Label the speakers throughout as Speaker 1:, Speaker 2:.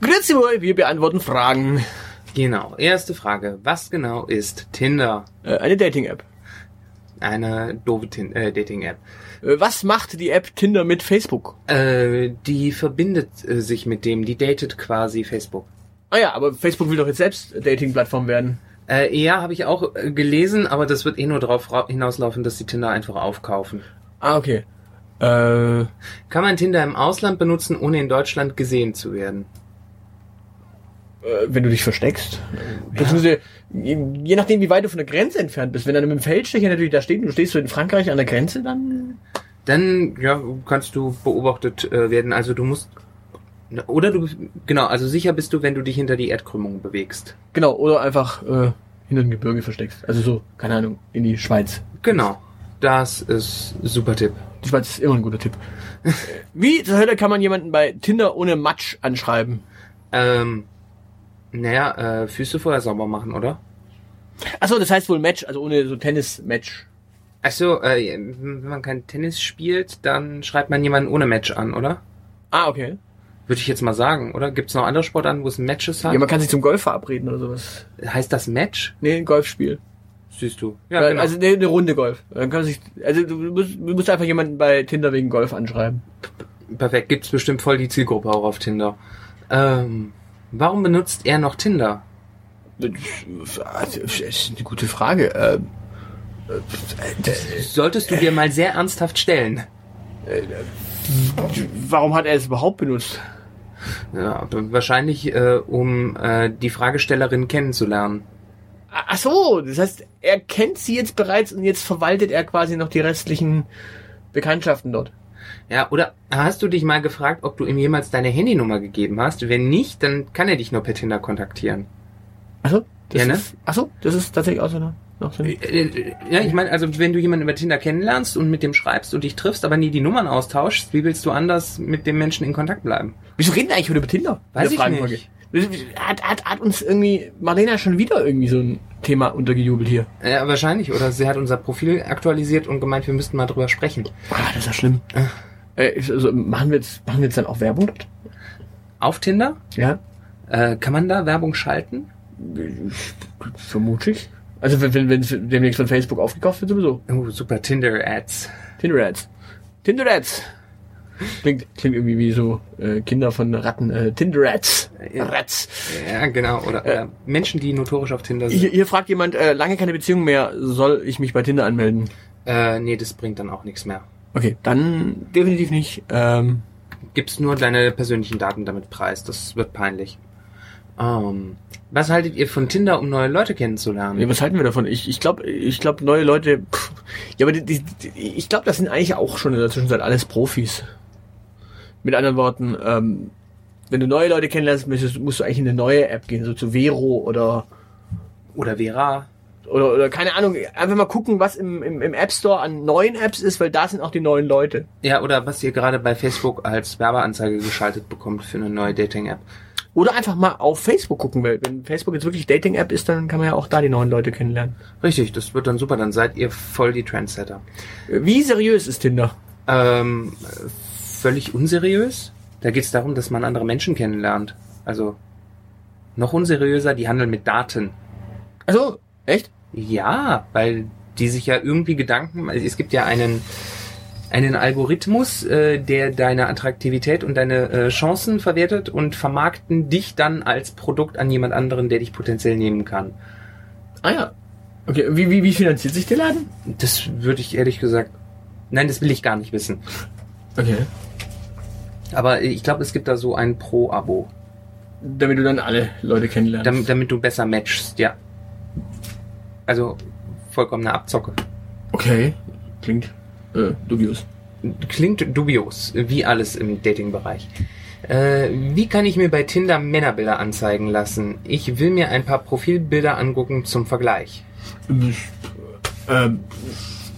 Speaker 1: Grüezi wohl, wir beantworten Fragen.
Speaker 2: Genau. Erste Frage. Was genau ist Tinder?
Speaker 1: Äh, eine Dating-App.
Speaker 2: Eine doofe Tin- äh, Dating-App.
Speaker 1: Äh, was macht die App Tinder mit Facebook?
Speaker 2: Äh, die verbindet äh, sich mit dem. Die datet quasi Facebook.
Speaker 1: Ah ja, aber Facebook will doch jetzt selbst Dating-Plattform werden.
Speaker 2: Äh, ja, habe ich auch äh, gelesen, aber das wird eh nur darauf hinauslaufen, dass die Tinder einfach aufkaufen.
Speaker 1: Ah, okay. Äh,
Speaker 2: Kann man Tinder im Ausland benutzen, ohne in Deutschland gesehen zu werden?
Speaker 1: äh, wenn du dich versteckst. Beziehungsweise, je, je nachdem, wie weit du von der Grenze entfernt bist. Wenn dann mit dem Feldstecher natürlich da steht und du stehst so in Frankreich an der Grenze, dann.
Speaker 2: Dann ja, kannst du beobachtet äh, werden. Also du musst oder du genau, also sicher bist du, wenn du dich hinter die Erdkrümmung bewegst.
Speaker 1: Genau, oder einfach äh, hinter dem Gebirge versteckst. Also so, keine Ahnung, in die Schweiz.
Speaker 2: Genau. Das ist super Tipp.
Speaker 1: Die Schweiz ist immer ein guter Tipp. Wie zur Hölle kann man jemanden bei Tinder ohne Matsch anschreiben?
Speaker 2: Ähm, naja, äh, Füße vorher sauber machen, oder?
Speaker 1: Achso, das heißt wohl Match, also ohne so Tennis-Match.
Speaker 2: Achso, äh, wenn man kein Tennis spielt, dann schreibt man jemanden ohne Match an, oder?
Speaker 1: Ah, okay.
Speaker 2: Würde ich jetzt mal sagen, oder? Gibt es noch andere Sportarten, wo es Matches hat?
Speaker 1: Ja, man kann sich zum Golf verabreden oder sowas.
Speaker 2: heißt das Match?
Speaker 1: Nee, ein Golfspiel.
Speaker 2: Siehst du. genau.
Speaker 1: Weil- Also nee, eine Runde Golf. Dann kann man sich, also du musst, du musst einfach jemanden bei Tinder wegen Golf anschreiben.
Speaker 2: Perfekt, gibt's bestimmt voll die Zielgruppe auch auf Tinder. Ähm, warum benutzt er noch Tinder?
Speaker 1: Das ist eine gute Frage. Ähm, äh, das-
Speaker 2: Solltest du dir mal sehr ernsthaft stellen.
Speaker 1: Warum hat er es überhaupt benutzt?
Speaker 2: Ja, wahrscheinlich, äh, um äh, die Fragestellerin kennenzulernen.
Speaker 1: Ah, Ach so, das heißt, er kennt sie jetzt bereits und jetzt verwaltet er quasi noch die restlichen Bekanntschaften dort.
Speaker 2: Ja, oder hast du dich mal gefragt, ob du ihm jemals deine Handynummer gegeben hast? Wenn nicht, dann kann er dich nur per Tinder kontaktieren.
Speaker 1: Achso, das,
Speaker 2: Ja, ne?
Speaker 1: ist- ach so, das ist tatsächlich auch so eine. Noch so eine
Speaker 2: Äh, äh, Ja, ich meine, also wenn du jemanden über Tinder kennenlernst und mit dem schreibst und dich triffst, aber nie die Nummern austauschst, wie willst du anders mit dem Menschen in Kontakt bleiben?
Speaker 1: Wieso reden wir eigentlich heute über Tinder? In
Speaker 2: Weiß
Speaker 1: der
Speaker 2: ich
Speaker 1: Fragenfolge. Hat, hat, hat uns irgendwie Marlena schon wieder irgendwie so ein Thema untergejubelt hier.
Speaker 2: Ja, Äh, wahrscheinlich. Oder sie hat unser Profil aktualisiert und gemeint, wir müssten mal drüber sprechen.
Speaker 1: Ah, das ist ja schlimm. Äh, ist- also, machen, wir jetzt, machen wir jetzt dann auch Werbung dort?
Speaker 2: Auf Tinder?
Speaker 1: Ja,
Speaker 2: Äh, kann man da Werbung schalten?
Speaker 1: vermute ich. Also wenn wenn wenn's demnächst von Facebook aufgekauft wird, sowieso.
Speaker 2: Oh, super Tinder-Ads.
Speaker 1: Tinder-Ads. Tinder-Ads. Klingt, klingt irgendwie wie so äh, Kinder von Ratten. Äh, Tinder-Ads.
Speaker 2: Ja.
Speaker 1: Rats.
Speaker 2: Ja, genau. Oder äh, Menschen, die notorisch auf Tinder
Speaker 1: Hier,
Speaker 2: sind.
Speaker 1: hier fragt jemand, äh, lange keine Beziehung mehr, soll ich mich bei Tinder anmelden?
Speaker 2: Äh, nee, das bringt dann auch nichts mehr.
Speaker 1: Okay, dann definitiv nicht. Ähm,
Speaker 2: Gibst nur deine persönlichen Daten damit preis. Das wird peinlich. Ähm, was haltet ihr von Tinder, um neue Leute
Speaker 1: Ja,
Speaker 2: kennenzulernen?
Speaker 1: was halten wir davon? Ich, ich glaube, ich glaub, neue Leute. Pff, ja, aber die, die, die, ich glaube, das sind eigentlich auch schon in der Zwischenzeit alles Profis. Mit anderen Worten, ähm, wenn du neue Leute kennenlernst, müsstest, musst du eigentlich in eine neue App gehen, so zu Vero oder
Speaker 2: Oder Vera?
Speaker 1: oder, oder keine Ahnung. Einfach mal gucken, was im, im, im App Store an neuen Apps ist, weil da sind auch die neuen Leute.
Speaker 2: Ja, oder was ihr gerade bei Facebook als Werbeanzeige geschaltet bekommt für eine neue Dating-App.
Speaker 1: Oder einfach mal auf Facebook gucken, weil wenn Facebook jetzt wirklich Dating-App ist, dann kann man ja auch da die neuen Leute kennenlernen.
Speaker 2: Richtig, das wird dann super. Dann seid ihr voll die Trendsetter.
Speaker 1: Wie seriös ist Tinder?
Speaker 2: Ähm, äh, völlig unseriös. Da geht's darum, dass man andere Menschen kennenlernt. Also noch unseriöser, die handeln mit Daten.
Speaker 1: Also echt?
Speaker 2: Ja, weil die sich ja irgendwie Gedanken, also es gibt ja einen, einen Algorithmus, äh, der deine Attraktivität und deine äh, Chancen verwertet und vermarkten dich dann als Produkt an jemand anderen, der dich potenziell nehmen kann.
Speaker 1: Ah ja. Okay, wie, wie, wie finanziert sich der Laden?
Speaker 2: Das würde ich ehrlich gesagt, nein, das will ich gar nicht wissen.
Speaker 1: Okay.
Speaker 2: Aber ich glaube, es gibt da so ein Pro-Abo,
Speaker 1: Damit du dann alle Leute kennenlernst.
Speaker 2: damit, damit du besser matchst, ja. Also vollkommene Abzocke.
Speaker 1: okay. Klingt äh, dubios.
Speaker 2: Klingt dubios, wie alles im Dating-Bereich. Äh, wie kann ich mir bei Tinder Männerbilder anzeigen lassen? Ich will mir ein paar Profilbilder angucken zum Vergleich.
Speaker 1: Ähm,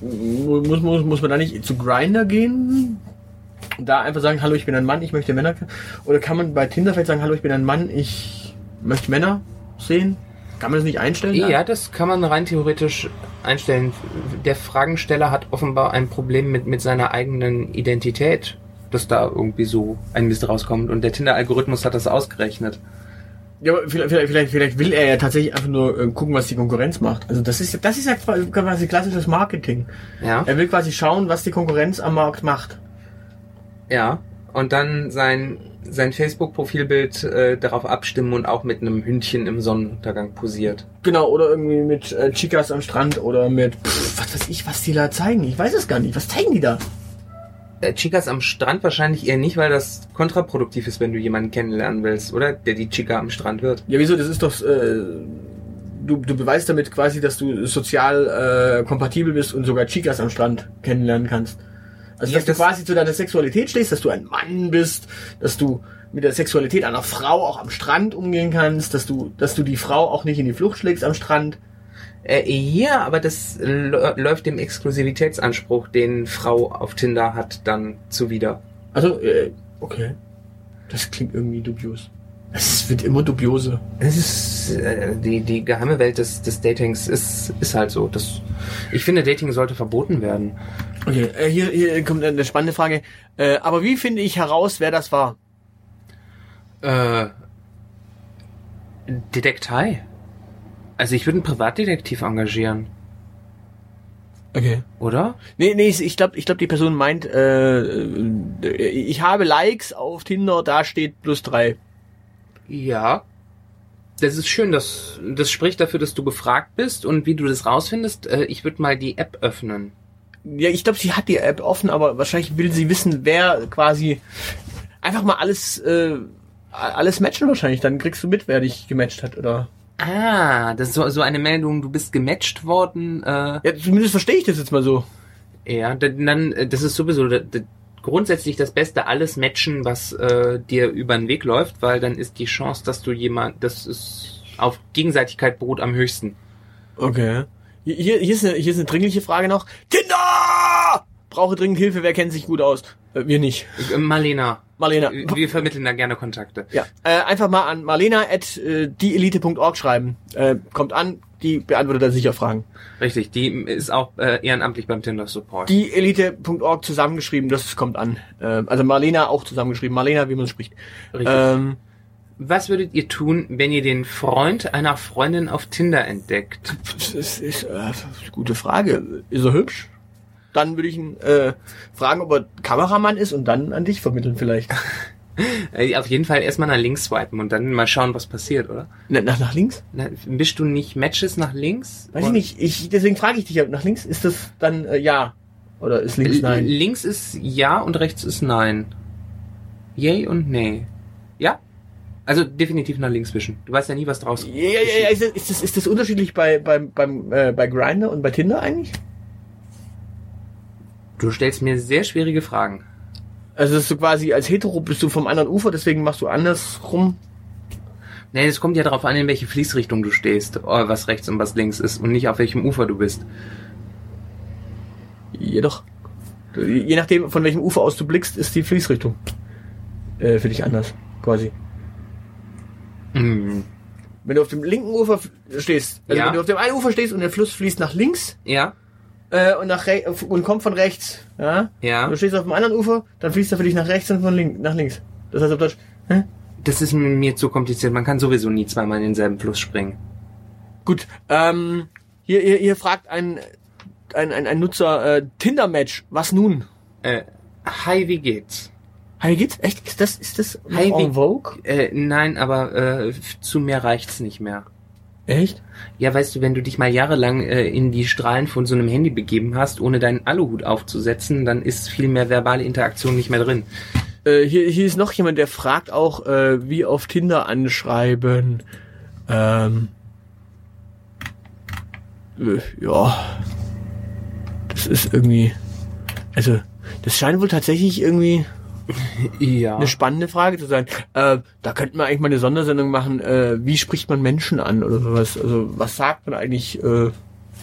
Speaker 1: muss, muss, muss man da nicht zu Grinder gehen? Da einfach sagen, hallo, ich bin ein Mann, ich möchte Männer. ken- Oder kann man bei Tinder vielleicht sagen, hallo, ich bin ein Mann, ich möchte Männer sehen? Kann man das nicht einstellen?
Speaker 2: Ja, das kann man rein theoretisch einstellen. Der Fragensteller hat offenbar ein Problem mit, mit seiner eigenen Identität dass da irgendwie so ein Mist rauskommt. Und der Tinder-Algorithmus hat das ausgerechnet.
Speaker 1: Ja, aber vielleicht, vielleicht, vielleicht, vielleicht will er ja tatsächlich einfach nur äh, gucken, was die Konkurrenz macht. Also das ist ja- das ist ja quasi- quasi klassisches Marketing.
Speaker 2: Ja.
Speaker 1: Er will quasi schauen, was die Konkurrenz am Markt macht.
Speaker 2: Äh, Ja. Und dann sein, sein Facebook-Profilbild äh, darauf abstimmen und auch mit einem Hündchen im Sonnenuntergang posiert.
Speaker 1: Genau, oder irgendwie mit äh, Chicas am Strand oder mit pff, was weiß ich, was die da zeigen. Ich weiß es gar nicht. Was zeigen die da?
Speaker 2: Äh, Chicas am Strand wahrscheinlich eher nicht, weil das kontraproduktiv ist, wenn du jemanden kennenlernen willst, oder? Der die Chica am Strand wird.
Speaker 1: Ja, wieso? Das ist doch. Äh, du, du beweist damit quasi, dass du sozial äh, kompatibel bist und sogar Chicas am Strand kennenlernen kannst. Also,
Speaker 2: Ja,
Speaker 1: dass du
Speaker 2: das-
Speaker 1: quasi zu deiner Sexualität stehst, dass du ein Mann bist, dass du mit der Sexualität einer Frau auch am Strand umgehen kannst, dass du, dass du die Frau auch nicht in die Flucht schlägst am Strand.
Speaker 2: Äh, ja, aber das lä- läuft dem Exklusivitätsanspruch, den Frau auf Tinder hat, dann zuwider.
Speaker 1: Also, äh, okay. Das klingt irgendwie dubios. Es wird immer dubiose.
Speaker 2: Es ist äh, die, die geheime Welt des, des Datings ist, ist halt so. Das, ich finde, Dating sollte verboten werden.
Speaker 1: Okay, äh, hier, hier kommt eine spannende Frage. Äh, aber wie finde ich heraus, wer das war?
Speaker 2: Äh, Detektei. Also ich würde einen Privatdetektiv engagieren,
Speaker 1: Okay.
Speaker 2: oder?
Speaker 1: Nee, nee, ich glaube, ich glaub, die Person meint, äh, äh, ich habe Likes auf Tinder, da steht plus drei.
Speaker 2: Ja. Das ist schön, das, das spricht dafür, dass du befragt bist und wie du das rausfindest. Äh, ich würde mal die App öffnen.
Speaker 1: Ja, ich glaube, sie hat die App offen, aber wahrscheinlich will sie wissen, wer quasi einfach mal alles, äh, alles matchen wahrscheinlich. Dann kriegst du mit, wer dich gematcht hat, oder?
Speaker 2: Ah, das ist so, so eine Meldung, du bist gematcht worden. Äh,
Speaker 1: Ja, zumindest verstehe ich das jetzt mal so.
Speaker 2: ja, dann, dann, äh, das ist sowieso da- da- grundsätzlich das Beste, alles matchen, was äh, dir über den Weg läuft, weil dann ist die Chance, dass du jemand, das ist auf Gegenseitigkeit beruht am höchsten.
Speaker 1: Okay. Hier, hier, hier ist, eine, hier ist eine dringliche Frage noch. Tinder! Brauche dringend Hilfe, wer kennt sich gut aus? Äh, wir nicht.
Speaker 2: Äh, Marlena,
Speaker 1: Marlena.
Speaker 2: äh, wir vermitteln da gerne Kontakte.
Speaker 1: Ja, äh, einfach mal an äh, marlena.dieelite.org schreiben. Äh, kommt an, die beantwortet dann sicher Fragen.
Speaker 2: Richtig, die ist auch äh, ehrenamtlich beim Tinder Support.
Speaker 1: Dieelite.org zusammengeschrieben, das kommt an. Äh, also Marlena auch zusammengeschrieben. Marlena, wie man es spricht.
Speaker 2: Richtig.
Speaker 1: Ähm,
Speaker 2: Was würdet ihr tun, wenn ihr den Freund einer Freundin auf Tinder entdeckt?
Speaker 1: das ist, ist äh, gute Frage. Ist er hübsch? Dann würde ich ihn äh, fragen, ob er Kameramann ist und dann an dich vermitteln vielleicht.
Speaker 2: Äh, auf jeden Fall erstmal nach links swipen und dann mal schauen, was passiert, oder?
Speaker 1: Na, nach, nach links?
Speaker 2: Na, mischst du nicht Matches nach links?
Speaker 1: Weiß ich nicht. Ich, deswegen frage ich dich ja. Nach links ist das dann äh, ja. Oder ist links
Speaker 2: Nein.
Speaker 1: nein?
Speaker 2: Links ist ja und rechts ist nein. Yay und nee. Ja? Also definitiv nach links wischen. Du weißt ja nie, was draus
Speaker 1: Ja, ja, ja, ja. Ist, das, ist, das, ist das unterschiedlich bei, beim, beim, äh, bei Grindr und bei Tinder eigentlich?
Speaker 2: Du stellst mir sehr schwierige Fragen.
Speaker 1: Also, dass du quasi als Hetero bist du vom anderen Ufer, deswegen machst du andersrum.
Speaker 2: Nee, es kommt ja darauf an, in welche Fließrichtung du stehst, äh, was rechts und was links ist und nicht auf welchem Ufer du bist.
Speaker 1: Jedoch, je nachdem, von welchem Ufer aus du blickst, ist die Fließrichtung äh, für dich anders, quasi.
Speaker 2: Mhm.
Speaker 1: Wenn du auf dem linken Ufer f- stehst, also
Speaker 2: Ja.
Speaker 1: wenn du auf dem einen Ufer stehst und der Fluss fließt nach links
Speaker 2: Ja?
Speaker 1: äh, und, nach re- und kommt von rechts, ja?
Speaker 2: Ja?
Speaker 1: Du stehst auf dem anderen Ufer, dann fließt er für dich nach rechts und von link nach links. Das heißt auf Deutsch, hä?
Speaker 2: Das ist mir zu kompliziert. Man kann sowieso nie zweimal in denselben Fluss springen.
Speaker 1: Gut, ähm, hier, hier, hier fragt ein, ein, ein, ein Nutzer, äh, Tinder-Match, was nun?
Speaker 2: Äh, hi, wie geht's?
Speaker 1: Hi, wie geht's? Echt? Ist das, ist das noch
Speaker 2: Hi, wie-
Speaker 1: en vogue?
Speaker 2: Äh, nein, aber äh, f- zu mir reicht's nicht mehr.
Speaker 1: Echt?
Speaker 2: Ja, weißt du, wenn du dich mal jahrelang äh, in die Strahlen von so einem Handy begeben hast, ohne deinen Aluhut aufzusetzen, dann ist viel mehr verbale Interaktion nicht mehr drin.
Speaker 1: Äh, hier, hier ist noch jemand, der fragt auch, äh, wie auf Tinder anschreiben. Ähm, äh, ja, das ist irgendwie, also, das scheint wohl tatsächlich irgendwie
Speaker 2: Ja.
Speaker 1: eine
Speaker 2: Ah.
Speaker 1: spannende Frage zu sein. Äh, da könnten wir eigentlich mal eine Sondersendung machen, äh, wie spricht man Menschen an oder sowas? Also, was sagt man eigentlich? Äh,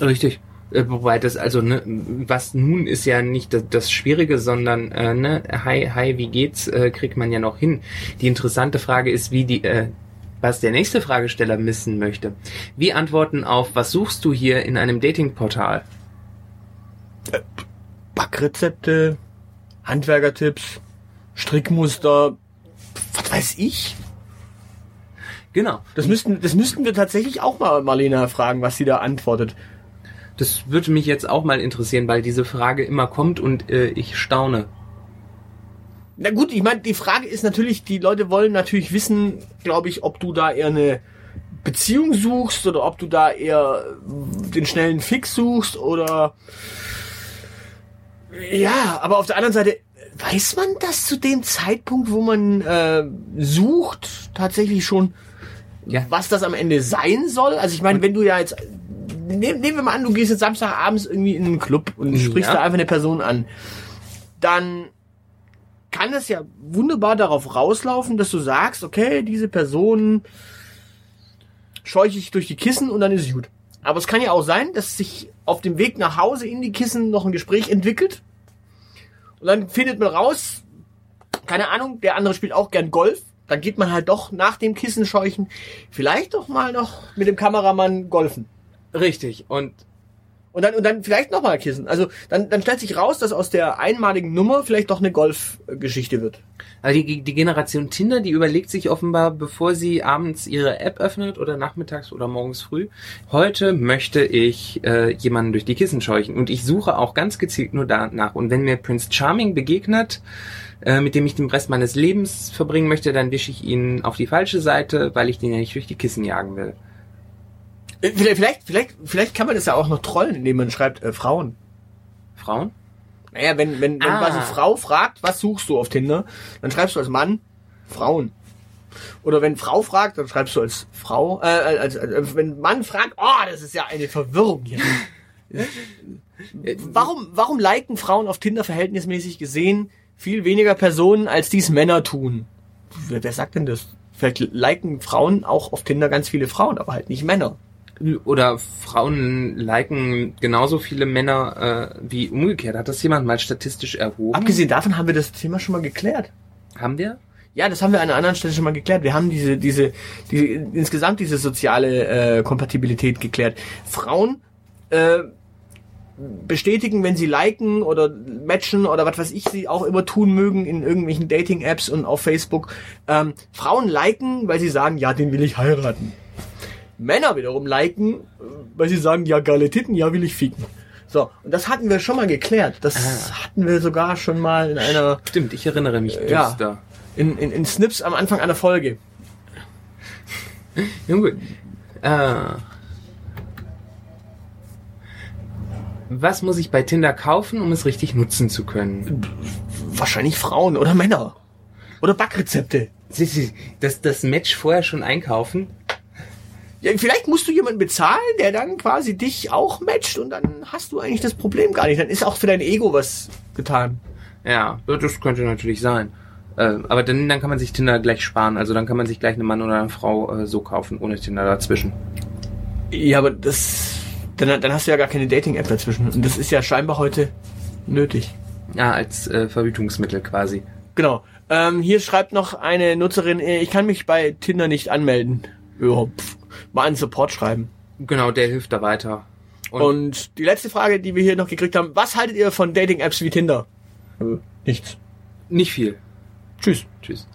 Speaker 2: Richtig. Äh, Wobei das, also, ne, was nun ist ja nicht das, das Schwierige, sondern, äh, ne, hi, hi, wie geht's, äh, kriegt man ja noch hin. Die interessante Frage ist, wie die, äh, was der nächste Fragesteller missen möchte. Wie antworten auf, was suchst du hier in einem Datingportal?
Speaker 1: Backrezepte, Handwerkertipps, Strickmuster, was weiß ich.
Speaker 2: Genau.
Speaker 1: Das müssten, das müssten wir tatsächlich auch mal Marlena fragen, was sie da antwortet.
Speaker 2: Das würde mich jetzt auch mal interessieren, weil diese Frage immer kommt und äh, ich staune.
Speaker 1: Na gut, ich meine, die Frage ist natürlich, die Leute wollen natürlich wissen, glaube ich, ob du da eher eine Beziehung suchst oder ob du da eher den schnellen Fix suchst oder ja, aber auf der anderen Seite weiß man das zu dem Zeitpunkt, wo man äh, sucht, tatsächlich schon,
Speaker 2: Ja.
Speaker 1: was das am Ende sein soll? Also ich meine, wenn du ja jetzt nehm, nehmen wir mal an, du gehst jetzt Samstagabends irgendwie in einen Club und sprichst
Speaker 2: Ja.
Speaker 1: da einfach eine Person an, dann kann es ja wunderbar darauf rauslaufen, dass du sagst, okay, diese Person scheuche ich durch die Kissen und dann ist gut. Aber es kann ja auch sein, dass sich auf dem Weg nach Hause in die Kissen noch ein Gespräch entwickelt. Und dann findet man raus, keine Ahnung, der andere spielt auch gern Golf. Dann geht man halt doch nach dem Kissenscheuchen vielleicht doch mal noch mit dem Kameramann golfen.
Speaker 2: Richtig. Und
Speaker 1: Und dann, und dann vielleicht nochmal Kissen. Also dann, dann stellt sich raus, dass aus der einmaligen Nummer vielleicht doch eine Golfgeschichte wird.
Speaker 2: Also die, die Generation Tinder, die überlegt sich offenbar, bevor sie abends ihre App öffnet oder nachmittags oder morgens früh, heute möchte ich äh, jemanden durch die Kissen scheuchen. Und ich suche auch ganz gezielt nur danach. Und wenn mir Prince Charming begegnet, äh, mit dem ich den Rest meines Lebens verbringen möchte, dann wische ich ihn auf die falsche Seite, weil ich den ja nicht durch die Kissen jagen will.
Speaker 1: Äh, Vielleicht, vielleicht, vielleicht, vielleicht kann man das ja auch noch trollen, indem man schreibt, äh, Frauen.
Speaker 2: Frauen?
Speaker 1: Naja, wenn, wenn, wenn
Speaker 2: Ah.
Speaker 1: quasi Frau fragt, was suchst du auf Tinder, dann schreibst du als Mann Frauen. Oder wenn Frau fragt, dann schreibst du als Frau, äh, als, als, als, wenn Mann fragt, oh, das ist ja eine Verwirrung hier. warum, warum liken Frauen auf Tinder verhältnismäßig gesehen viel weniger Personen, als dies Männer tun? Wer, wer sagt denn das? Vielleicht liken Frauen auch auf Tinder ganz viele Frauen, aber halt nicht Männer.
Speaker 2: Oder Frauen liken genauso viele Männer äh, wie umgekehrt. Hat das jemand mal statistisch erhoben?
Speaker 1: Abgesehen davon haben wir das Thema schon mal geklärt.
Speaker 2: Haben wir?
Speaker 1: Ja, das haben wir an einer anderen Stelle schon mal geklärt. Wir haben diese, diese, diese insgesamt diese soziale äh, Kompatibilität geklärt. Frauen äh, bestätigen, wenn sie liken oder matchen oder was weiß ich, sie auch immer tun mögen in irgendwelchen Dating-Apps und auf Facebook. Ähm, Frauen liken, weil sie sagen, ja, den will ich heiraten. Männer wiederum liken, äh, weil sie sagen, ja, geile Titten, ja, will ich ficken. So, und das hatten wir schon mal geklärt. Das hatten wir sogar schon mal in einer
Speaker 2: Stimmt, ich erinnere mich
Speaker 1: Ja.
Speaker 2: düster.
Speaker 1: in, in, in Snips am Anfang einer Folge.
Speaker 2: Ja. gut. Äh, was muss ich bei Tinder kaufen, um es richtig nutzen zu können?
Speaker 1: Wahrscheinlich Frauen oder Männer. Oder Backrezepte.
Speaker 2: Das, das Match vorher schon einkaufen?
Speaker 1: Ja, vielleicht musst du jemanden bezahlen, der dann quasi dich auch matcht und dann hast du eigentlich das Problem gar nicht. Dann ist auch für dein Ego was getan.
Speaker 2: Ja, das könnte natürlich sein. Äh, aber dann, dann kann man sich Tinder gleich sparen. Also dann kann man sich gleich einen Mann oder eine Frau äh, so kaufen, ohne Tinder dazwischen.
Speaker 1: Ja, aber das. Dann, dann hast du ja gar keine Dating-App dazwischen. Und das ist ja scheinbar heute nötig.
Speaker 2: Ja, als äh, Verhütungsmittel quasi.
Speaker 1: Genau. Ähm, hier schreibt noch eine Nutzerin, äh, ich kann mich bei Tinder nicht anmelden. Ja, pf, mal an Support schreiben.
Speaker 2: Genau, der hilft da weiter. Und,
Speaker 1: Und die letzte Frage, die wir hier noch gekriegt haben, was haltet ihr von Dating-Apps wie Tinder? Nichts.
Speaker 2: nicht viel.
Speaker 1: Tschüss.
Speaker 2: Tschüss.